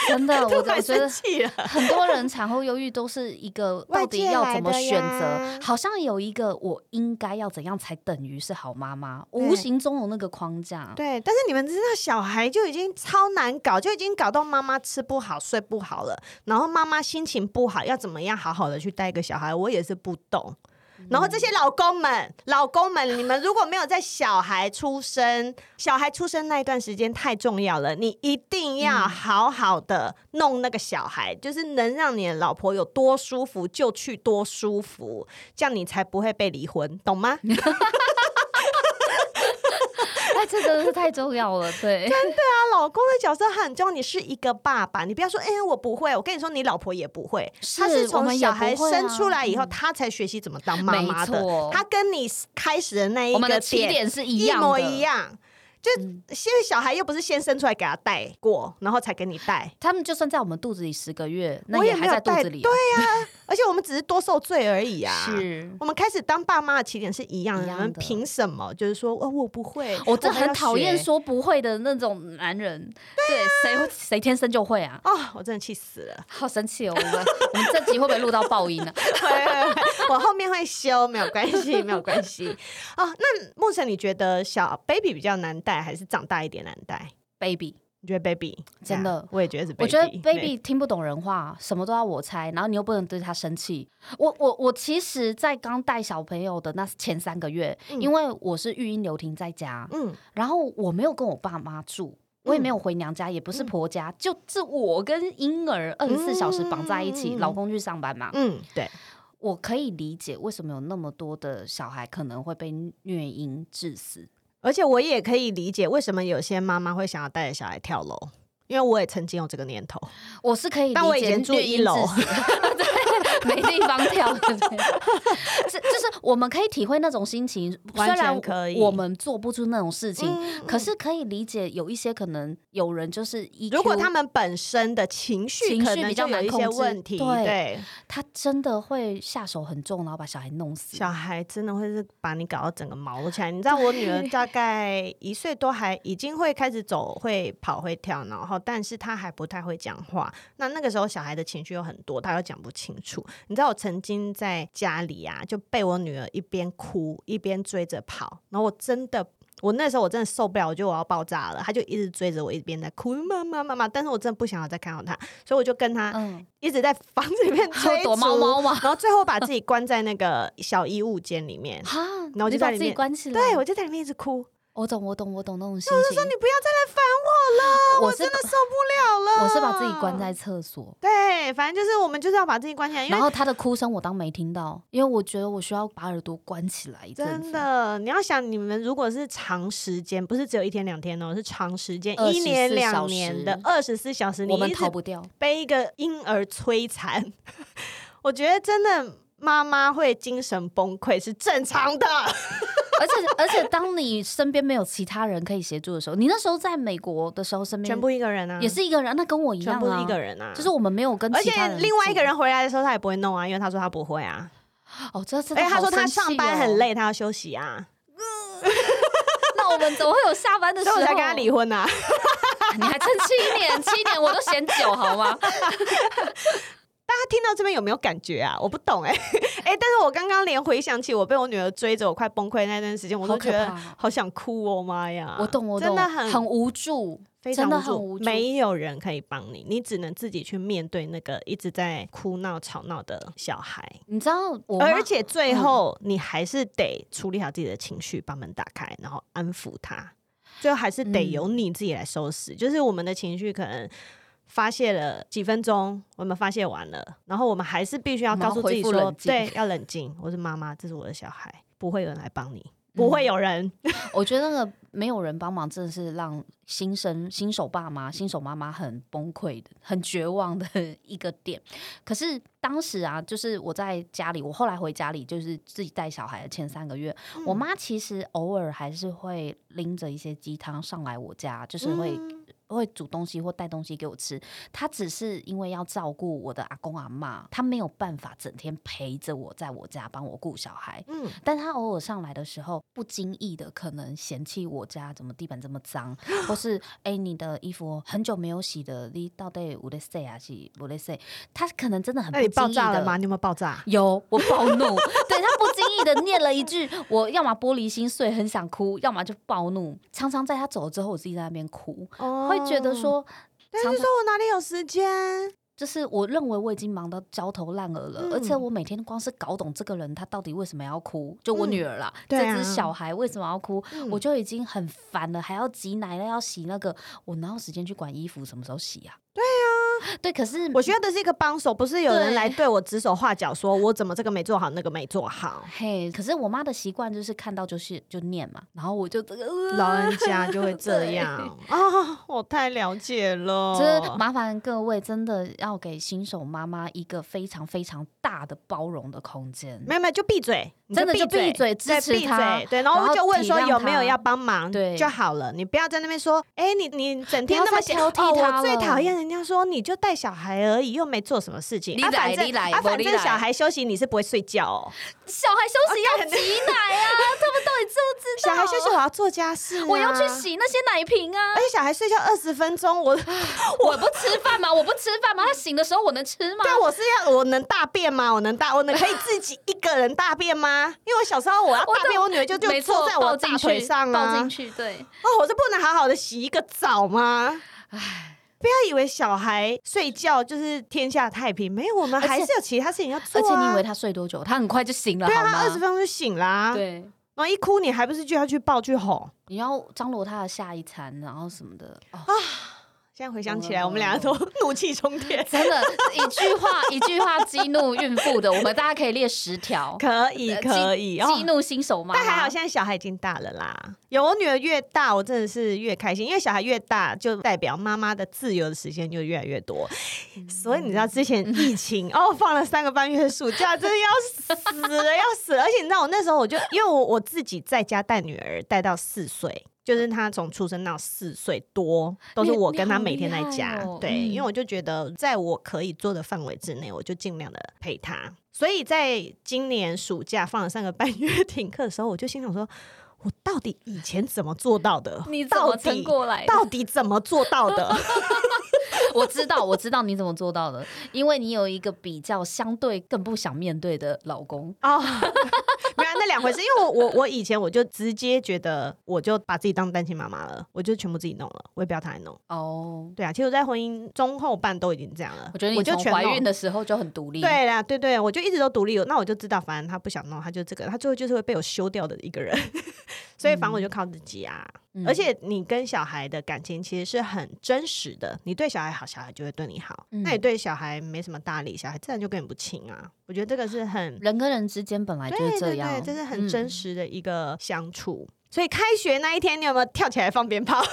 Speaker 3: 真 的，我
Speaker 2: 突
Speaker 3: 我
Speaker 2: 然
Speaker 3: 觉
Speaker 2: 生
Speaker 3: 得
Speaker 2: 气了。
Speaker 3: 很多人产后忧郁都是一个
Speaker 2: 外
Speaker 3: 到底
Speaker 2: 界
Speaker 3: 要
Speaker 2: 来
Speaker 3: 怎么
Speaker 2: 的
Speaker 3: 选
Speaker 2: 呀
Speaker 3: 择，好像有一个我应该要怎样才等于是好妈妈，
Speaker 2: 对
Speaker 3: 无形中有那个框架。
Speaker 2: 对，但是你们知道，小孩就已经超难搞，就已经搞到妈妈吃不好、睡不好了，然后妈妈心情不好，要怎么样好好的去带一个小孩，我也是不懂。然后这些老公们、老公们，你们如果没有在小孩出生、小孩出生那一段时间太重要了，你一定要好好的弄那个小孩，就是能让你的老婆有多舒服就去多舒服，这样你才不会被离婚，懂吗？
Speaker 3: 哎，这真的是太重要了。 对，
Speaker 2: 老公的角色很重要，你是一个爸爸，你不要说，哎、我不会。我跟你说，你老婆也不会，
Speaker 3: 是
Speaker 2: 她是
Speaker 3: 我
Speaker 2: 从
Speaker 3: 们也
Speaker 2: 小孩
Speaker 3: 不会啊
Speaker 2: 生出来以后，
Speaker 3: 嗯
Speaker 2: 她才学习怎么当妈
Speaker 3: 没
Speaker 2: 妈的
Speaker 3: 错。
Speaker 2: 她跟你开始的那一
Speaker 3: 我们
Speaker 2: 个
Speaker 3: 的起点是一
Speaker 2: 一
Speaker 3: 样
Speaker 2: 模
Speaker 3: 的，
Speaker 2: 一。样。就
Speaker 3: 嗯
Speaker 2: 因为小孩又不是先生出来给他带过，然后才给你带，
Speaker 3: 他们就算在我们肚子里十个月，那
Speaker 2: 我也没
Speaker 3: 还
Speaker 2: 有
Speaker 3: 在肚
Speaker 2: 带
Speaker 3: 子里啊。
Speaker 2: 而且我们只是多受罪而已啊。
Speaker 3: 是。
Speaker 2: 我们开始当爸妈的起点是一样的，
Speaker 3: 一样
Speaker 2: 你们
Speaker 3: 的
Speaker 2: 凭什么就是说，哦，我不会，
Speaker 3: 我真的
Speaker 2: 们要
Speaker 3: 很讨厌
Speaker 2: 学啊
Speaker 3: 说不会的那种男人，对，谁谁天生就会啊，
Speaker 2: 哦，我真的气死了。
Speaker 3: 好生气哦！我们我们这集会不会录到爆音呢、
Speaker 2: 我后面会修，没有关系，没有关系。 哦，那目前你觉得小 baby 比较难带，还是长大一点难带？
Speaker 3: b a b y
Speaker 2: 你觉得 baby
Speaker 3: 真的
Speaker 2: 对啊我也觉得是 baby。
Speaker 3: 我觉得
Speaker 2: 对
Speaker 3: baby 听不懂人话，什么都要我猜，然后你又不能对他生气。我我我其实，在刚带小朋友的那前三个月，
Speaker 2: 嗯
Speaker 3: 因为我是育婴留停在家，
Speaker 2: 嗯，
Speaker 3: 然后我没有跟我爸妈住。我也
Speaker 2: 嗯
Speaker 3: 没有回娘家，也不是婆家，就是我跟婴儿二十四小时绑在一起，
Speaker 2: 嗯
Speaker 3: 老公去上班嘛。
Speaker 2: 嗯，对，
Speaker 3: 我可以理解为什么有那么多的小孩可能会被虐婴致死。
Speaker 2: 而且我也可以理解为什么有些妈妈会想要带着小孩跳楼。因为我也曾经有这个念头，
Speaker 3: 我是可以理解，
Speaker 2: 但我以前住一楼，
Speaker 3: 对， 没地方跳，对不对？这就是我们可以体会那种心情，虽
Speaker 2: 完全
Speaker 3: 然
Speaker 2: 可以
Speaker 3: 我们做不出那种事情，
Speaker 2: 嗯
Speaker 3: 可是可以理解有一些可能有人就是一，
Speaker 2: 如果他们本身的情绪
Speaker 3: 情绪
Speaker 2: 可能
Speaker 3: 比较
Speaker 2: 就有一
Speaker 3: 难控
Speaker 2: 些
Speaker 3: 制
Speaker 2: 问题，
Speaker 3: 对
Speaker 2: 对，
Speaker 3: 他真的会下手很重，然后把小孩弄死。
Speaker 2: 小孩真的会是把你搞到整个毛起来。你知道我女儿大概一岁多，还已经会开始走、会跑、会跳，然后但是她还不太会讲话。那那个时候小孩的情绪有很多，她又讲不清楚。你知道我曾经在家里啊，就被我女儿一边哭一边追着跑，然后我真的。我那时候我真的受不了，我觉得我要爆炸了，她就一直追着我，一边在哭妈妈妈妈，但是我真的不想要再看到她，所以我就跟她
Speaker 3: 嗯，
Speaker 2: 一直在房子里面追
Speaker 3: 躲猫
Speaker 2: 逐
Speaker 3: 猫吗。
Speaker 2: 然后最后把自己关在那个小衣物间里面
Speaker 3: 哈，
Speaker 2: 然后就
Speaker 3: 你
Speaker 2: 在
Speaker 3: 把
Speaker 2: 里
Speaker 3: 自己
Speaker 2: 面
Speaker 3: 关起来。
Speaker 2: 对，我就在里面一直哭。
Speaker 3: 我懂，我懂，我懂那种心情。
Speaker 2: 你不要再来烦我了，我
Speaker 3: 我是
Speaker 2: 真的受不了了。
Speaker 3: 我是把自己关在厕所。
Speaker 2: 对，反正就是我们就是要把自己关啊起来，因
Speaker 3: 然
Speaker 2: 为
Speaker 3: 后他的哭声我当没听到，因为我觉得我需要把耳朵关起来一阵子。
Speaker 2: 真的你要想，你们如果是长时间，不是只有一天两天哦，是长时间，一年
Speaker 3: 24
Speaker 2: 两
Speaker 3: 小
Speaker 2: 年
Speaker 3: 时
Speaker 2: 的二十四小时，你
Speaker 3: 我们
Speaker 2: 一直
Speaker 3: 逃不掉。
Speaker 2: 被一个婴儿摧残， 我觉得真的妈妈会精神崩溃是正常的。
Speaker 3: 而且而且，当你身边没有其他人可以协助的时候，你那时候在美国的时候，身边
Speaker 2: 全部一个人啊，
Speaker 3: 也是一个人，那跟我一样
Speaker 2: 全
Speaker 3: 啊，
Speaker 2: 部一个人啊，
Speaker 3: 就是我们没有跟
Speaker 2: 而
Speaker 3: 其
Speaker 2: 且
Speaker 3: 他人
Speaker 2: 另外一个
Speaker 3: 住
Speaker 2: 人回来的时候，他也不会弄啊，因为他说他不会啊。
Speaker 3: 哦，这真
Speaker 2: 而
Speaker 3: 的
Speaker 2: 哎且他
Speaker 3: 好
Speaker 2: 说他
Speaker 3: 生气
Speaker 2: 上班
Speaker 3: 哦
Speaker 2: 很，累，他要休息啊，
Speaker 3: 那我们怎么会有下班的时
Speaker 2: 所以
Speaker 3: 候？
Speaker 2: 我才跟他离婚啊。
Speaker 3: 你还撑七年，七年我都嫌久好吗？
Speaker 2: 大家听到这边有没有感觉啊？我不懂 哎、哎、但是我刚刚连回想起我被我女儿追着我快崩溃那段时间，我都
Speaker 3: 好可
Speaker 2: 觉得
Speaker 3: 怕哦
Speaker 2: 好想哭哦，妈呀！
Speaker 3: 我懂，我
Speaker 2: 真
Speaker 3: 懂，
Speaker 2: 的很
Speaker 3: 很无助，
Speaker 2: 非常
Speaker 3: 真的
Speaker 2: 无助，
Speaker 3: 很无助
Speaker 2: 没有人可以帮你，你只能自己去面对那个一直在哭闹、吵闹的小孩。
Speaker 3: 你知道我妈嗯
Speaker 2: 而且最后，你还是得处理好自己的情绪，把门打开，然后安抚他。最后还是得
Speaker 3: 嗯
Speaker 2: 由你自己来收拾，就是我们的情绪可能发泄了几分钟，我们发泄完了，然后我们还是必须要
Speaker 3: 我
Speaker 2: 告
Speaker 3: 们要
Speaker 2: 诉自己
Speaker 3: 恢复
Speaker 2: 说
Speaker 3: 冷，静
Speaker 2: 对，要冷静。我是妈妈，这是我的小孩，不会有人来帮
Speaker 3: 嗯
Speaker 2: 你，不会有人。
Speaker 3: 我觉得那个没有人帮忙，真的是让新生、新手爸妈、新手妈妈很崩溃的、很绝望的一个点。可是当时啊，就是我在家里，我后来回家里，就是自己带小孩的前三个月，我
Speaker 2: 嗯
Speaker 3: 妈其实偶尔还是会拎着一些鸡汤上来我家，就是会、
Speaker 2: 嗯
Speaker 3: 会煮东西或带东西给我吃。她只是因为要照顾我的阿公阿妈，她没有办法整天陪着我在我家帮我顾小孩，
Speaker 2: 嗯，
Speaker 3: 但他偶尔上来的时候，不经意的可能嫌弃我家怎么地板这么脏，或是哎、诶你的衣服很久没有洗的，你到底我的谁啊是我的谁？他可能真的很
Speaker 2: 那
Speaker 3: 不
Speaker 2: 你
Speaker 3: 经意
Speaker 2: 爆炸
Speaker 3: 的
Speaker 2: 了吗？你有没有爆炸？
Speaker 3: 有，我暴怒，对他不经意的念了一句，我要么玻璃心碎，很想哭，要么就暴怒。常常在他走了之后，我自己在那边哭，
Speaker 2: 哦
Speaker 3: 会觉得，说，
Speaker 2: 但
Speaker 3: 常
Speaker 2: 是
Speaker 3: 常
Speaker 2: 说我哪里有时间？
Speaker 3: 就是我认为我已经忙到焦头烂额了，
Speaker 2: 嗯
Speaker 3: 而且我每天光是搞懂这个人他到底为什么要哭，就我
Speaker 2: 嗯
Speaker 3: 女儿啦，
Speaker 2: 对啊嗯
Speaker 3: 这只小孩为什么要哭，我就已经很烦了，还要挤奶要洗那个，我哪有时间去管衣服什么时候洗啊？对啊，对，可是
Speaker 2: 我需要的是一个帮手，不是有人
Speaker 3: 对
Speaker 2: 来对我指手画脚，说我怎么这个没做好，那个没做好。
Speaker 3: 嘿，可是我妈的习惯就是看到就是就念嘛，然后我就这个、呃
Speaker 2: 老人家就会这样啊！我太了解了，
Speaker 3: 就是麻烦各位，真的要给新手妈妈一个非常非常大的包容的空间。
Speaker 2: 没有没有，就闭嘴，你
Speaker 3: 真的就
Speaker 2: 闭
Speaker 3: 闭嘴支
Speaker 2: 对
Speaker 3: 持
Speaker 2: 闭
Speaker 3: 他
Speaker 2: 嘴对，然后
Speaker 3: 然后
Speaker 2: 就问说
Speaker 3: 体谅
Speaker 2: 有没有
Speaker 3: 他
Speaker 2: 要帮忙，
Speaker 3: 对
Speaker 2: 就好了，你不要在那边说，哎，你你整
Speaker 3: 不
Speaker 2: 天
Speaker 3: 要
Speaker 2: 那么
Speaker 3: 再
Speaker 2: 闲
Speaker 3: 挑剔
Speaker 2: 哦
Speaker 3: 他
Speaker 2: 我最
Speaker 3: 了
Speaker 2: 讨厌人家说你就带小孩而已，又没做什么事情，
Speaker 3: 你
Speaker 2: 啊，反
Speaker 3: 来
Speaker 2: 正
Speaker 3: 你来
Speaker 2: 啊，
Speaker 3: 没
Speaker 2: 反
Speaker 3: 你
Speaker 2: 正小
Speaker 3: 来
Speaker 2: 孩休息你是不会睡觉哦，
Speaker 3: 小孩休息要挤 奶啊，他们到底知不知
Speaker 2: 小
Speaker 3: 道？
Speaker 2: 孩休息啊我要做家事，
Speaker 3: 我要去。洗那些奶瓶啊
Speaker 2: 而！且小孩睡觉二十分钟，我
Speaker 3: 我不吃饭吗？我不吃饭吗？他醒的时候我能吃吗？
Speaker 2: 但我是要我能大便吗？我能大，我能可以自己一个人大便吗？ 因为我小时候我要大便，我女儿就就
Speaker 3: 没
Speaker 2: 坐
Speaker 3: 错，
Speaker 2: 在
Speaker 3: 抱
Speaker 2: 我
Speaker 3: 进
Speaker 2: 大
Speaker 3: 去
Speaker 2: 腿上啊，
Speaker 3: 抱进去，对，
Speaker 2: 哦，我是不能好好的洗一个澡吗？不要以为小孩睡觉就是天下太平，没有，我们
Speaker 3: 而且
Speaker 2: 还是有其他事情要做、
Speaker 3: 而
Speaker 2: 啊。
Speaker 3: 且你以为他睡多久？他很快就醒了，
Speaker 2: 对啊，
Speaker 3: 好吗
Speaker 2: 他二十分钟就醒啦、
Speaker 3: 对，
Speaker 2: 然后一哭你还不是就要去抱去哄？
Speaker 3: 你要张罗他的下一餐，然后什么的，哦、
Speaker 2: 啊现在回想起来，我们两个都 怒气冲 天。
Speaker 3: 真的一句话 一句话激怒孕妇的，我们大家可以列十条，
Speaker 2: 可以，
Speaker 3: 呃
Speaker 2: 可
Speaker 3: 激
Speaker 2: 以，哦
Speaker 3: 激怒新手妈妈。
Speaker 2: 但还好，现在小孩已经大了啦。有我女儿越大，我真的是越开心，因为小孩越大，就代表妈妈的自由的时间就越来越多。所以你知道之前疫情、
Speaker 3: 嗯
Speaker 2: 哦，放了三个半月的暑假，真的要死了，要死了！而且你知道我那时候我就因为我我自己在家带女儿带到四岁。就是她从出生到四岁多，都是
Speaker 3: 你
Speaker 2: 我
Speaker 3: 你
Speaker 2: 跟她
Speaker 3: 好
Speaker 2: 每
Speaker 3: 厉
Speaker 2: 天在
Speaker 3: 害
Speaker 2: 家，
Speaker 3: 哦
Speaker 2: 对，
Speaker 3: 嗯
Speaker 2: 因为我就觉得在我可以做的范围之内，我就尽量的陪她。所以在今年暑假放了三个半月停课的时候，我就心想说，我到底以前怎么做到的？
Speaker 3: 你怎么撑过来的
Speaker 2: 到底？到底怎么做到的？
Speaker 3: 我知道，我知道你怎么做到的，因为你有一个比较相对更不想面对的老公。
Speaker 2: 哦，没有、啊、那两回事，因为我我我以前我就直接觉得，我就把自己当单亲妈妈了，我就全部自己弄了，我也不要他来弄。
Speaker 3: 哦，
Speaker 2: 对啊，其实我在婚姻中后半都已经这样了，
Speaker 3: 我觉得
Speaker 2: 我
Speaker 3: 你
Speaker 2: 就
Speaker 3: 从
Speaker 2: 全
Speaker 3: 怀孕
Speaker 2: 的。
Speaker 3: 的时候就很独立，
Speaker 2: 对啦，对对，我就一直都独立，那我就知道，反正他不想弄，他就这个，他最后就是会被我休掉的一个人， 所以反正我就靠自己啊。
Speaker 3: 嗯
Speaker 2: 而且你跟小孩的感情其实是很真实的，你对小孩好，小孩就会对你好；
Speaker 3: 嗯
Speaker 2: 那你对小孩没什么大理，小孩自然就跟你不亲啊。我觉得这个是很
Speaker 3: 人跟人之间本来就是这样，
Speaker 2: 对对对，这是很真
Speaker 3: 嗯
Speaker 2: 实的一个相处。所以开学那一天，你有没有跳起来放鞭炮？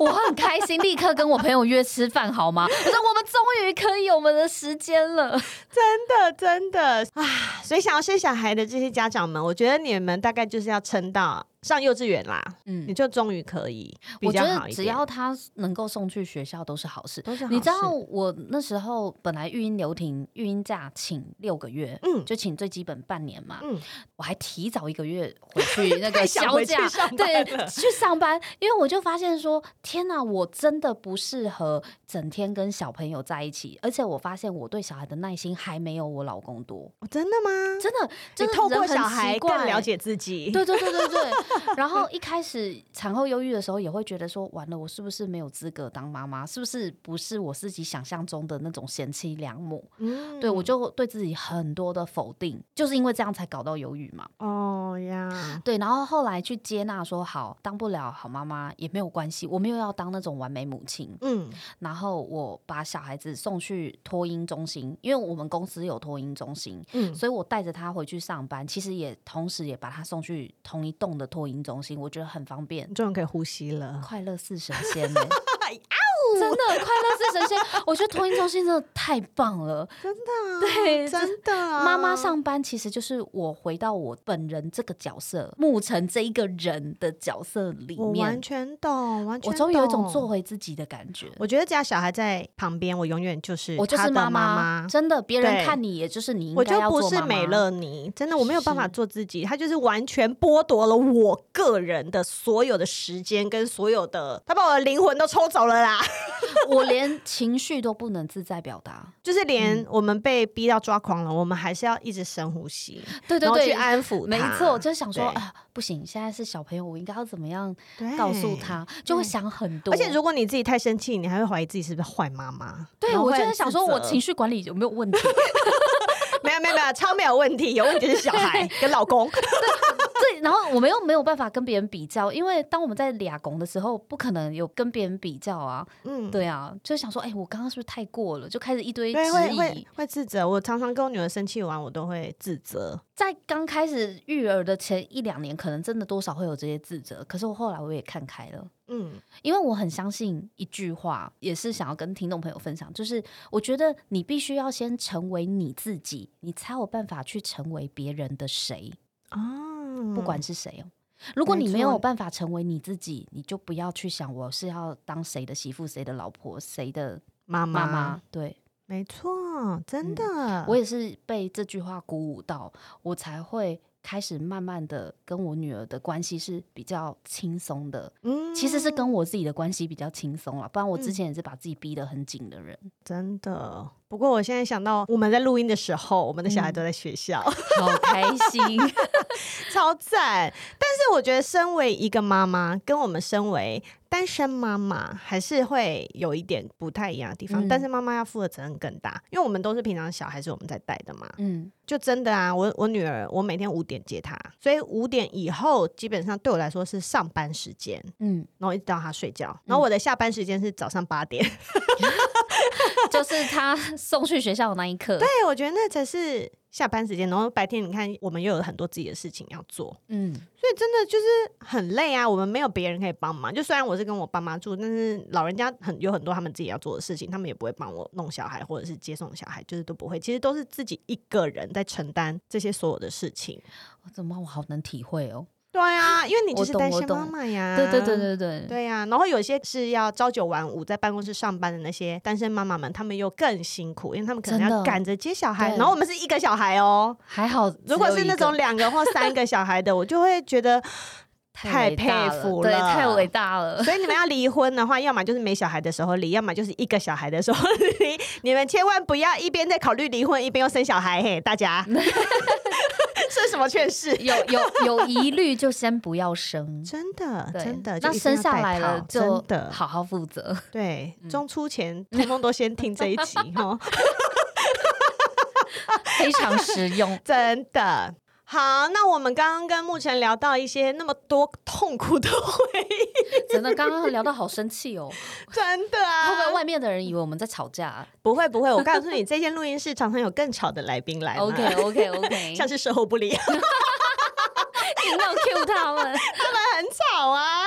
Speaker 3: 我很开心，立刻跟我朋友约吃饭，好吗？我说我们终于可以有我们的时间了。
Speaker 2: 真的，真的啊！所以想要生小孩的这些家长们，我觉得你们大概就是要撑到上幼稚园啦，你
Speaker 3: 嗯，
Speaker 2: 就终于可以比
Speaker 3: 我觉
Speaker 2: 较好
Speaker 3: 得
Speaker 2: 一点。
Speaker 3: 只要他能够送去学校都是好事。
Speaker 2: 都是好
Speaker 3: 你知道
Speaker 2: 事，
Speaker 3: 我那时候哦本来育婴留停、育婴假请六个月，
Speaker 2: 嗯
Speaker 3: 就请最基本半年嘛，
Speaker 2: 嗯，
Speaker 3: 我还提早一个月回 去那
Speaker 2: 太
Speaker 3: 个
Speaker 2: 想
Speaker 3: 小
Speaker 2: 回去
Speaker 3: 假
Speaker 2: 上，
Speaker 3: 对
Speaker 2: 班了，
Speaker 3: 去上班，因为我就发现说，天哪，我真的不适合整天跟小朋友在一起，而且我发现我对小孩的耐心还没有我老公多，
Speaker 2: 哦真的吗？
Speaker 3: 真的，
Speaker 2: 你
Speaker 3: 就是
Speaker 2: 透过
Speaker 3: 人很
Speaker 2: 小
Speaker 3: 奇
Speaker 2: 孩更了
Speaker 3: 怪
Speaker 2: 解自己，
Speaker 3: 对对对对对。然后一开始产后忧郁的时候，也会觉得说，完了，我是不是没有资格当妈妈？是不是不是我自己想象中的那种贤妻良母？
Speaker 2: 嗯
Speaker 3: 对我就对自己很多的否定，就是因为这样才搞到忧郁嘛。
Speaker 2: 哦呀，
Speaker 3: 对，然后后来去接纳说，好，当不了好妈妈也没有关系，我没有要当那种完美母亲。
Speaker 2: 嗯，
Speaker 3: 然后我把小孩子送去托婴中心，因为我们公司有托婴中心，
Speaker 2: 嗯
Speaker 3: 所以我带着他回去上班，其实也同时也把他送去同一栋的托婴中心，我觉得很方便
Speaker 2: 你。终于可以呼吸了。
Speaker 3: 快乐似神仙、 欸，
Speaker 2: 哎
Speaker 3: 真的快乐似神仙，我觉得托婴中心真的太棒了。对
Speaker 2: 真的啊，
Speaker 3: 妈妈上班其实就是我回到我本人这个角色，沐晨这一个人的角色里
Speaker 2: 我
Speaker 3: 面
Speaker 2: 完，全懂，完全
Speaker 3: 我终于有一种
Speaker 2: 懂
Speaker 3: 做。回自己的感觉。
Speaker 2: 我觉得只要小孩在旁边，我永远就是
Speaker 3: 我就是
Speaker 2: 他的
Speaker 3: 妈
Speaker 2: 妈
Speaker 3: 真的，别人
Speaker 2: 对
Speaker 3: 看你也就是你应
Speaker 2: 我
Speaker 3: 该
Speaker 2: 就
Speaker 3: 要
Speaker 2: 不
Speaker 3: 做
Speaker 2: 是
Speaker 3: 妈
Speaker 2: 美
Speaker 3: 妈
Speaker 2: 乐妮，真的我没有办法
Speaker 3: 是
Speaker 2: 做自己，他就是完全剥夺了我个人的所有的时间跟所有的，他把我的灵魂都抽走了 啦，
Speaker 3: 我连情绪都不能自在表达。
Speaker 2: 就是
Speaker 3: 嗯
Speaker 2: 连我们被逼到抓狂了，我们还是要一直深呼吸，
Speaker 3: 对 对
Speaker 2: 然后
Speaker 3: 对，
Speaker 2: 去安抚
Speaker 3: 没
Speaker 2: 他
Speaker 3: 错，就想说
Speaker 2: 对
Speaker 3: 啊，不行，现在是小朋友，我应该要怎么样
Speaker 2: 对
Speaker 3: 告诉。他，就会想很多。
Speaker 2: 而且如果你自己太生气，你还会怀疑自己是不是坏妈妈。
Speaker 3: 对
Speaker 2: 然后
Speaker 3: 我
Speaker 2: 会
Speaker 3: 就
Speaker 2: 很
Speaker 3: 在想
Speaker 2: 自
Speaker 3: 说，我
Speaker 2: 责
Speaker 3: 情绪管理有没 有问题？
Speaker 2: 没有没有没有超没有问题，有问题是小孩跟老 公。
Speaker 3: 对，然后我们又没有办法跟别人比较，因为当我们在俩拱的 时候，不可能有跟别人比较啊。
Speaker 2: 嗯，
Speaker 3: 对啊，就想说，哎、我刚刚是不是太过了？就开始一堆质
Speaker 2: 对，会会
Speaker 3: 疑。
Speaker 2: 会自责。我常常跟我女儿生气完，我都会自责。
Speaker 3: 在刚开始育儿的前一两年，可能真的多少会有这些自责，可是我后来我也看开了。
Speaker 2: 嗯，
Speaker 3: 因为我很相信一句话，也是想要跟听众朋友分享，就是我觉得你必须要先成为你自己，你才有办法去成为别人的谁，
Speaker 2: 啊，
Speaker 3: 不管是谁哦。如果
Speaker 2: 没
Speaker 3: 你没
Speaker 2: 错
Speaker 3: 有办法成为你自己，你就不要去想我是要当谁的媳妇、谁的老婆、谁的
Speaker 2: 妈
Speaker 3: 妈妈。对
Speaker 2: 没错，真
Speaker 3: 嗯
Speaker 2: 的，
Speaker 3: 我也是被这句话鼓舞到，我才会开始慢慢的跟我女儿的关系是比较轻松的，
Speaker 2: 嗯
Speaker 3: 其实是跟我自己的关系比较轻松了，不然我之
Speaker 2: 嗯
Speaker 3: 前也是把自己逼得很紧的人，
Speaker 2: 真的。不过我现在想到我们在录音的时候，我们的小孩
Speaker 3: 嗯
Speaker 2: 都在学校，
Speaker 3: 好开 心。
Speaker 2: 超赞。但是我觉得，身为一个妈妈，跟我们身为单身妈妈，还是会有一点不太一样的地方。
Speaker 3: 嗯
Speaker 2: 单身妈妈要负的责任更大，因为我们都是平常小孩是我们在带的嘛。
Speaker 3: 嗯，
Speaker 2: 就真的啊，我我女儿，我每天五点接她，所以五点以后基本上对我来说是上班时间，
Speaker 3: 嗯，
Speaker 2: 然后一直到她睡觉，然后我的下班时间是早上八点。
Speaker 3: 就是他送去学校的那一刻，
Speaker 2: 对，我觉得那才是下班时间。然后白天你看，我们又有很多自己的事情要做，
Speaker 3: 嗯，
Speaker 2: 所以真的就是很累啊。我们没有别人可以帮忙。就虽然我是跟我爸妈住，但是老人家很有很多他们自己要做的事情，他们也不会帮我弄小孩或者是接送小孩，就是都不会。其实都是自己一个人在承担这些所有的事情。
Speaker 3: 我怎么我好能体会哦？
Speaker 2: 对啊，因为你
Speaker 3: 我
Speaker 2: 就是
Speaker 3: 懂
Speaker 2: 单
Speaker 3: 我
Speaker 2: 身妈
Speaker 3: 懂
Speaker 2: 妈呀。
Speaker 3: 对对对。对对，
Speaker 2: 嗯对呀、然后有些是要朝九晚五在办公室上班的那些单身妈妈们，她们又更辛苦，因为她们可能
Speaker 3: 真
Speaker 2: 要
Speaker 3: 的
Speaker 2: 赶着接小孩。
Speaker 3: 对
Speaker 2: 然后我们是一个小孩哦，
Speaker 3: 还好只有一个，
Speaker 2: 如果是那种两个或三个小孩的，我就会觉得，太
Speaker 3: 伟大
Speaker 2: 佩服
Speaker 3: 对，
Speaker 2: 了
Speaker 3: 太伟 大了。
Speaker 2: 所以你们要离婚的话，要么就是没小孩的时候 离，要么就是一个小孩的时候离。你们千万不要一边在考虑离婚，一边又生小孩，嘿，大家 是什么劝世？
Speaker 3: 有有有疑虑就先不要生，
Speaker 2: 真的，
Speaker 3: 对
Speaker 2: 真的，就
Speaker 3: 那
Speaker 2: 一定要
Speaker 3: 生下
Speaker 2: 戴
Speaker 3: 来了
Speaker 2: 套
Speaker 3: 就
Speaker 2: 真的
Speaker 3: 好好负责。
Speaker 2: 对，中出前通通都先听这一集 哦，。
Speaker 3: 非常实用
Speaker 2: 真的。好，那我们刚刚跟沐晨聊到一些那么多痛苦的回忆，
Speaker 3: 真的，刚刚聊到好生气哦，
Speaker 2: 真的啊，
Speaker 3: 会不会外面的人以为我们在吵架啊
Speaker 2: 不会不会，我告诉你，这间录音室常常有更吵的来宾来 嘛
Speaker 3: ？OK OK OK，
Speaker 2: 像是售后不理，他
Speaker 3: 硬要 Q 他 们。
Speaker 2: 们很吵啊。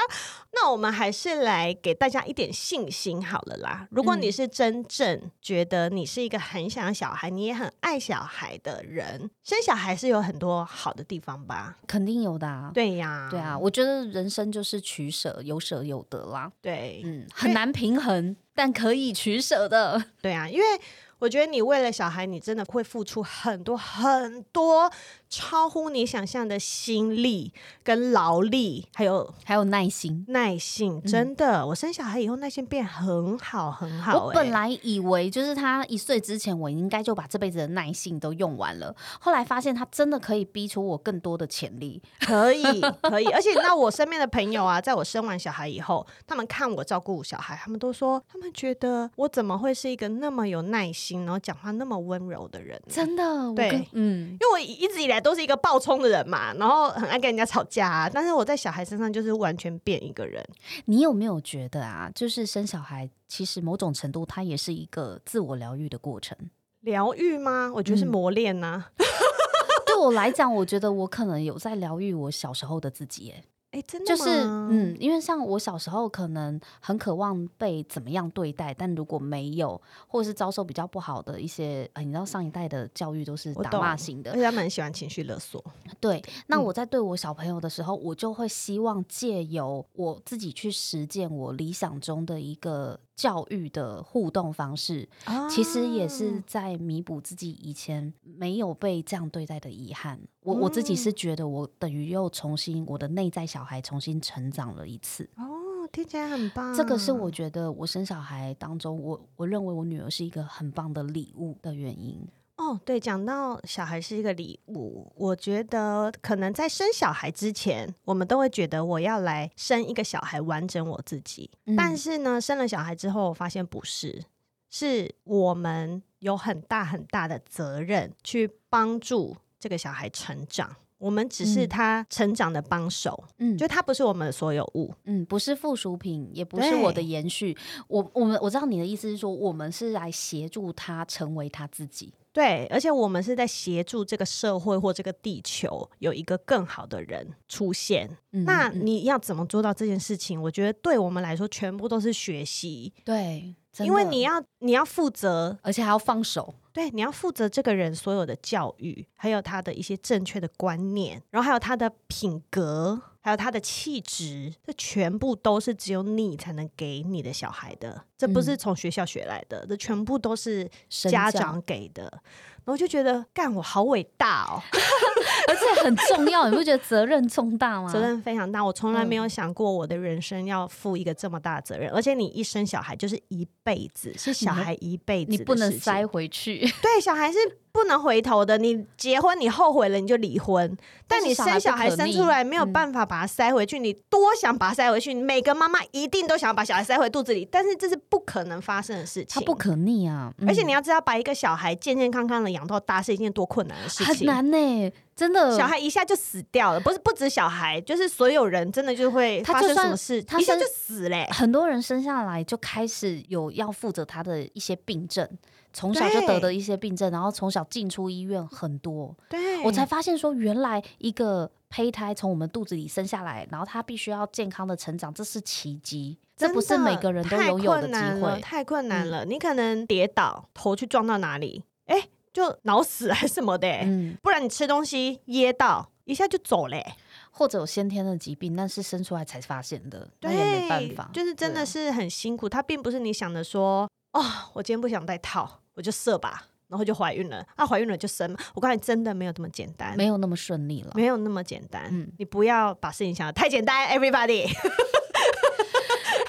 Speaker 2: 那我们还是来给大家一点信心好了啦。如
Speaker 3: 嗯
Speaker 2: 果你是真正觉得你是一个很想小孩，你也很爱小孩的人，生小孩是有很多好的地方吧？
Speaker 3: 肯定有的啊。
Speaker 2: 对呀、
Speaker 3: 对啊，，我觉得人生就是取舍，有舍有得啦。
Speaker 2: 对，
Speaker 3: 嗯，
Speaker 2: 因为
Speaker 3: 很难平衡，但可以取舍的。
Speaker 2: 对啊，因为我觉得你为了小孩，你真的会付出很多很多超乎你想象的心力、跟劳力，还有
Speaker 3: 还有耐心。
Speaker 2: 耐性。
Speaker 3: 嗯
Speaker 2: 真的，我生小孩以后耐性变很好，很好、
Speaker 3: 我本
Speaker 2: 哎
Speaker 3: 来以为就是他一岁之前，我应该就把这辈子的耐性都用完了。后来发现他真的可以逼出我更多的潜力。
Speaker 2: 可以，可以。而且，那我身边的朋友啊， 在我生完小孩以后，他们看我照顾小孩，他们都说，他们觉得我怎么会是一个那么有耐心，然后讲话那么温柔的人呢？
Speaker 3: 真的，我
Speaker 2: 对
Speaker 3: 跟嗯，
Speaker 2: 因为我一直以来都是一个暴冲的人嘛，然后很爱跟人家吵架、啊，但是我在小孩身上就是完全变一个人。
Speaker 3: 你有没有觉得啊，就是生小孩，其实某种程度它也是一个自我疗愈的过程。
Speaker 2: 疗愈吗？我觉得是
Speaker 3: 嗯
Speaker 2: 磨练啊呐、
Speaker 3: 对我来讲，我觉得我可能有在疗愈我小时候的自己耶，
Speaker 2: 哎、真的
Speaker 3: 就是
Speaker 2: 吗，
Speaker 3: 嗯，因为像我小时候可能很渴望被怎么样对待，但如果没有，或者是遭受比较不好的一些，呃、你知道上一代的教育都是
Speaker 2: 我
Speaker 3: 打
Speaker 2: 懂
Speaker 3: 骂型
Speaker 2: 而
Speaker 3: 的，
Speaker 2: 哎且他们很喜欢情绪勒索。
Speaker 3: 对。那
Speaker 2: 嗯
Speaker 3: 我在对我小朋友的时候，我就会希望借由我自己去实践我理想中的一个教育的互动方式，其实也
Speaker 4: 啊
Speaker 3: 是在弥补自己以前没有被这样对待的遗憾。我我自己是
Speaker 4: 嗯
Speaker 3: 觉得，我等于又重新我的内在小孩重新成长了一次。
Speaker 2: 哦，听起来很棒。
Speaker 3: 这个是
Speaker 4: 嗯
Speaker 3: 我觉得我生小孩当中，我我认为我女儿是一个很棒的礼物的原因。
Speaker 2: 哦，对，讲到小孩是一个礼物，我觉得可能在生小孩之前，我们都会觉得我要来生一个小孩，完整我自己。但
Speaker 3: 嗯
Speaker 2: 是呢，生了小孩之后，我发现不是，是我们有很大很大的责任去帮助这个小孩成长。我们只是
Speaker 3: 嗯
Speaker 2: 他成长的帮手，
Speaker 3: 嗯
Speaker 2: 就他不是我们的所有物。
Speaker 3: 嗯，不是附属品，也不是我的
Speaker 2: 对
Speaker 3: 延续。我我们我知道你的意思是说，我们是来协助她成为她自己。
Speaker 2: 对，而且我们是在协助这个社会或这个地球有一个更好的人出现。
Speaker 3: 嗯
Speaker 2: 那
Speaker 3: 嗯嗯
Speaker 2: 你要怎么做到这件事情？我觉得对我们来说，全部都是学习，
Speaker 3: 对，真
Speaker 2: 因为
Speaker 3: 的
Speaker 2: 你要你要负责，
Speaker 3: 而且还要放手。
Speaker 2: 对，你要负责这个人所有的教育，还有他的一些正确的观念，然后还有他的品格，还有他的气质，这全部都是只有你才能给你的小孩的，这不是
Speaker 3: 嗯
Speaker 2: 从学校学来的，这全部都是
Speaker 3: 身
Speaker 2: 家
Speaker 3: 教
Speaker 2: 长给的。然后我就觉得，干我好伟大哦，
Speaker 3: 而且很重要，你不觉得责任重大吗？
Speaker 2: 责任非常大，我从来没有
Speaker 3: 啊嗯
Speaker 2: 想过我的人生要负一个这么大的责任，而且你一生小孩就是一辈子，是小
Speaker 3: 你
Speaker 2: 孩一辈子，
Speaker 3: 你不能塞，回去，
Speaker 2: 对，小孩是不能回头的。你结婚，你后悔了你就离婚，但
Speaker 3: 但是
Speaker 2: 你
Speaker 3: 小
Speaker 2: 生
Speaker 3: 孩
Speaker 2: 小
Speaker 3: 不
Speaker 2: 孩
Speaker 3: 可
Speaker 2: 生
Speaker 3: 逆
Speaker 2: 出来没有
Speaker 3: 嗯
Speaker 2: 办法把它塞回去，你多想把它塞回去，每个妈妈一定都想要把小孩塞回肚子里，但是这是不可能发生的事
Speaker 3: 它
Speaker 2: 情，
Speaker 3: 不。可逆啊！嗯
Speaker 2: 而且你要知道，把一个小孩健健康康的养到大是一件多困难的事
Speaker 3: 很
Speaker 2: 情。
Speaker 3: 难呢、真的。
Speaker 2: 小孩一下就死掉了，不是不止小孩，就是所有人真的就会
Speaker 3: 他
Speaker 2: 发
Speaker 3: 就
Speaker 2: 生什
Speaker 3: 算
Speaker 2: 么事，
Speaker 3: 他
Speaker 2: 一下
Speaker 3: 生啊
Speaker 2: 就死嘞、
Speaker 3: 很多人生下来就开始有要负责他的一些病症，从小就得
Speaker 2: 对
Speaker 3: 的一些病症，然后从小进出医院很多。
Speaker 2: 对
Speaker 3: 我才发现说，原来一个胚胎从我们肚子里生下来，然后他必须要健康的成长，这是奇迹，这不是
Speaker 2: 真的
Speaker 3: 每个人都拥有
Speaker 2: 太困
Speaker 3: 的机
Speaker 2: 难了
Speaker 3: 会。嗯
Speaker 2: 太困难了。你可能跌倒，头去撞到哪里，哎、就脑死还是什么的、欸
Speaker 3: 嗯，
Speaker 2: 不然你吃东西噎到，一下就走嘞、
Speaker 3: 或者有先天的疾病，但是生出来才发现的，那
Speaker 2: 对，
Speaker 3: 也没办法。
Speaker 2: 就是真
Speaker 3: 对啊
Speaker 2: 的是很辛苦。它并不是你想的说，哦，我今天不想戴套，我就射吧，然后就怀孕了。啊，怀孕了就生嘛。我告诉你，真的没有这么简单，
Speaker 3: 没有那么顺利了。
Speaker 2: 没有那么简单。
Speaker 3: 嗯
Speaker 2: 你不要把事情想的太简单，everybody。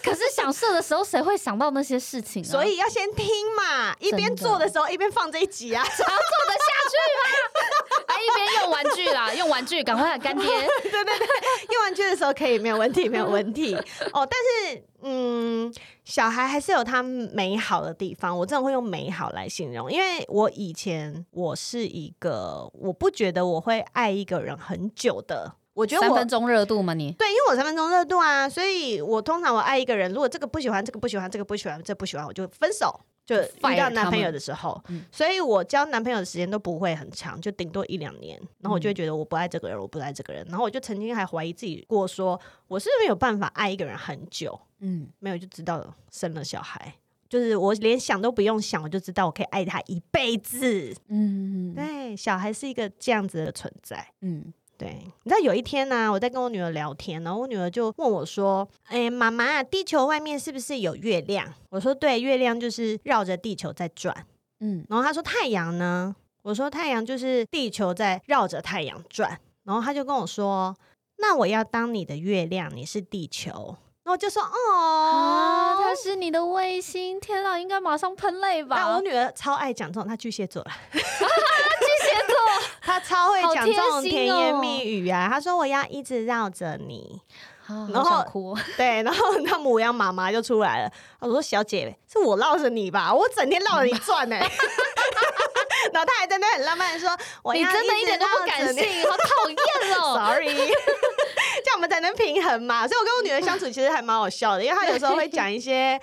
Speaker 3: 可是想射的时候，谁会想到那些事情、啊？
Speaker 2: 所以要先听嘛，一边
Speaker 3: 真的
Speaker 2: 做的时候一边放这一集啊。
Speaker 3: 想要做得下去吗？ 啊，一边用玩具啦，用玩具，赶 快干爹。
Speaker 2: 对对对， 用玩具的时候可以，没有问题，没有问题。哦，但是嗯，小孩还是有他美好的地方，我真的会用美好来形容，因为我以前我是一个，我不觉得我会爱一个人很久的，我觉得
Speaker 3: 三
Speaker 2: 我
Speaker 3: 分钟热度吗你？
Speaker 2: 对，因为我三分钟热度啊，所以我通常我爱一个人，如果这个不喜欢，这个不喜欢，这个不喜欢，这个不喜欢，我就分手。就遇
Speaker 3: Fire
Speaker 2: 到
Speaker 3: 他
Speaker 2: 男朋友
Speaker 3: 们
Speaker 2: 的时候
Speaker 3: 嗯，
Speaker 2: 所以我交男朋友的时间都不会很长，就顶多一两年。然后我就会
Speaker 3: 嗯
Speaker 2: 觉得我不爱这个人，我不爱这个人。然后我就曾经还怀疑自己过说，我是不是没有办法爱一个人很久？
Speaker 3: 嗯，
Speaker 2: 没有就知道了生了小孩，就是我连想都不用想，我就知道我可以爱他一辈子。
Speaker 3: 嗯嗯
Speaker 2: 对，小孩是一个这样子的存在。
Speaker 3: 嗯，
Speaker 2: 对，你知道有一天呢、我在跟我女儿聊天，然后我女儿就问我说：“哎、妈妈，地球外面是不是有月亮？”我说：“对，月亮就是绕着地球在转。”
Speaker 3: 嗯，
Speaker 2: 然后她说：“太阳呢？”我说太阳就是地球在绕着太阳转，然后他就跟我说，那我要当你的月亮，你是地球。然后我就说
Speaker 4: 啊，
Speaker 2: 哦，
Speaker 4: 它是你的卫星，天啊，应该马上喷泪
Speaker 2: 但
Speaker 4: 吧
Speaker 2: 我？女儿超爱讲这种，她巨蟹座 啦，
Speaker 4: 啊巨蟹 座
Speaker 2: 她超会讲这种
Speaker 4: 好贴心哦
Speaker 2: 甜言蜜语啊。她说我要一直绕着你，，
Speaker 4: 啊
Speaker 2: 然
Speaker 4: 好
Speaker 2: 后
Speaker 4: 想哭哦，
Speaker 2: 对，然后那母羊妈妈就出来了，我说小姐，是我绕着你吧，我整天绕着你转呢、然后她还在那很浪漫的说，我
Speaker 4: 你
Speaker 2: 要
Speaker 4: 真的一
Speaker 2: 直
Speaker 4: 点都
Speaker 2: 绕
Speaker 4: 不感
Speaker 2: 着你
Speaker 4: 性，好讨厌 哦！
Speaker 2: Sorry，这 样我们才能平衡嘛。所以我跟我女儿相处其实还蛮好笑的，因为她有时候会讲一些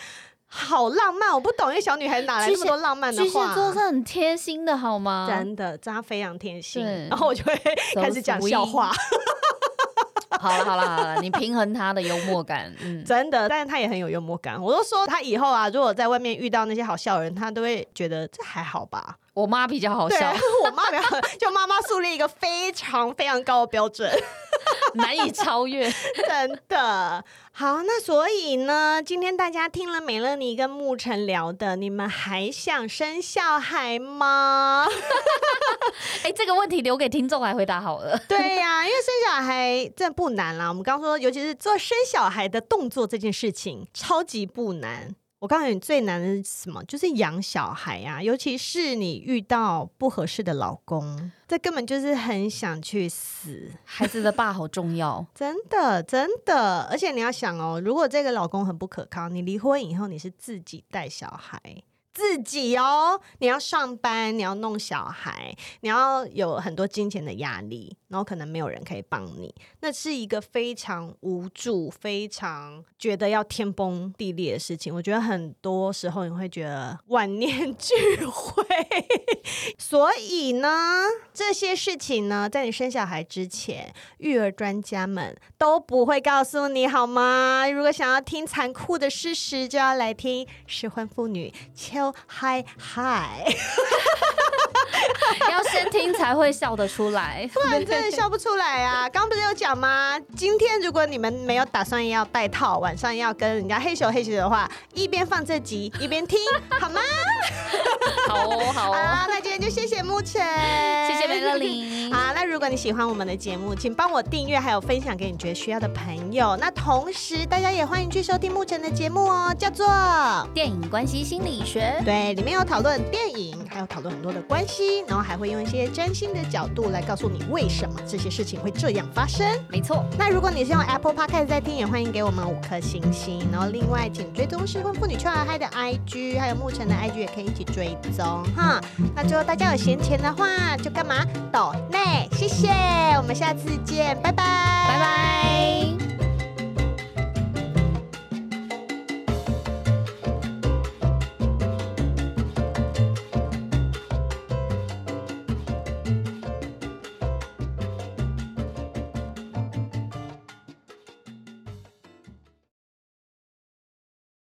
Speaker 2: 好浪漫，我不懂，因为小女孩哪来那么多浪漫的
Speaker 4: 巨蟹
Speaker 2: 话？
Speaker 4: 座是很贴心啊的好吗？
Speaker 2: 真的，真的非常贴心
Speaker 4: 对。
Speaker 2: 然后我就会
Speaker 4: So
Speaker 2: 开始讲笑话，
Speaker 4: 好了好了好了，你平衡他的幽默感， 嗯，
Speaker 2: 真的。但是她也很有幽默感。我都说她以后啊，如果在外面遇到那些好笑的人，她都会觉得这还好吧。
Speaker 4: 我妈比较好
Speaker 2: 对
Speaker 4: 笑，，
Speaker 2: 我妈比较就妈妈树立一个非常非常高的标准。
Speaker 4: 难以超 越。
Speaker 2: 真的好，那所以呢，今天大家听了美乐妮跟沐晨聊的，你们还想生小孩吗？
Speaker 4: 哎，这个问题留给听众来回答好 了。
Speaker 2: 对呀、因为生小孩真的不难啦。我哦们刚说，尤其是做生小孩的动作这件事情，超级不难。我告诉你，最难的是什么？就是养小孩啊，尤其是你遇到不合适的老公，这根本就是很想去死。
Speaker 4: 孩子的爸好重要，
Speaker 2: 真的，真的，而且你要想哦，如果这个老公很不可靠，你离婚以后你是自己带小孩，自己哦，你要上班，你要弄小孩，你要有很多金钱的压力，然后可能没有人可以帮你，那是一个非常无助、非常觉得要天崩地裂的事情。我觉得很多时候你会觉得万念俱灰，所以呢，这些事情呢，在你生小孩之前，育儿专家们都不会告诉你好吗？如果想要听残酷的事实，就要来听失婚妇女秋嗨嗨，
Speaker 4: 要先听才会笑得出来。
Speaker 2: 不然 真的笑不出来 啊！刚不是有讲吗？今天如果你们没有打算要戴套，晚上要跟人家嘿咻嘿咻的话，一边放这集一边听好吗？
Speaker 4: 好哦，好
Speaker 2: 好
Speaker 4: 哦，
Speaker 2: 啦，那今天就谢谢沐晨，
Speaker 4: 谢谢梅乐。玲。
Speaker 2: 好，那如果你喜欢我们的节目，请帮我订阅，还有分享给你觉得需要的朋友。那同时，大家也欢迎去收听沐晨的节目哦，叫做
Speaker 4: 电影关系心理学，
Speaker 2: 对，里面有讨论电影，还有讨论很多的关系，然后还会用一些真心的角度来告诉你为什么这些事情会这样发生。
Speaker 4: 没错，
Speaker 2: 那如果你是用 Apple Podcast 在听，也欢迎给我们五颗星星。然后另外，请追踪失婚妇女圈儿嗨的 IG，还有沐晨的 IG 也可以一起追踪哈。那最后大家有闲钱的话，就干嘛抖内，谢谢，我们下次见，拜拜，
Speaker 4: 拜拜。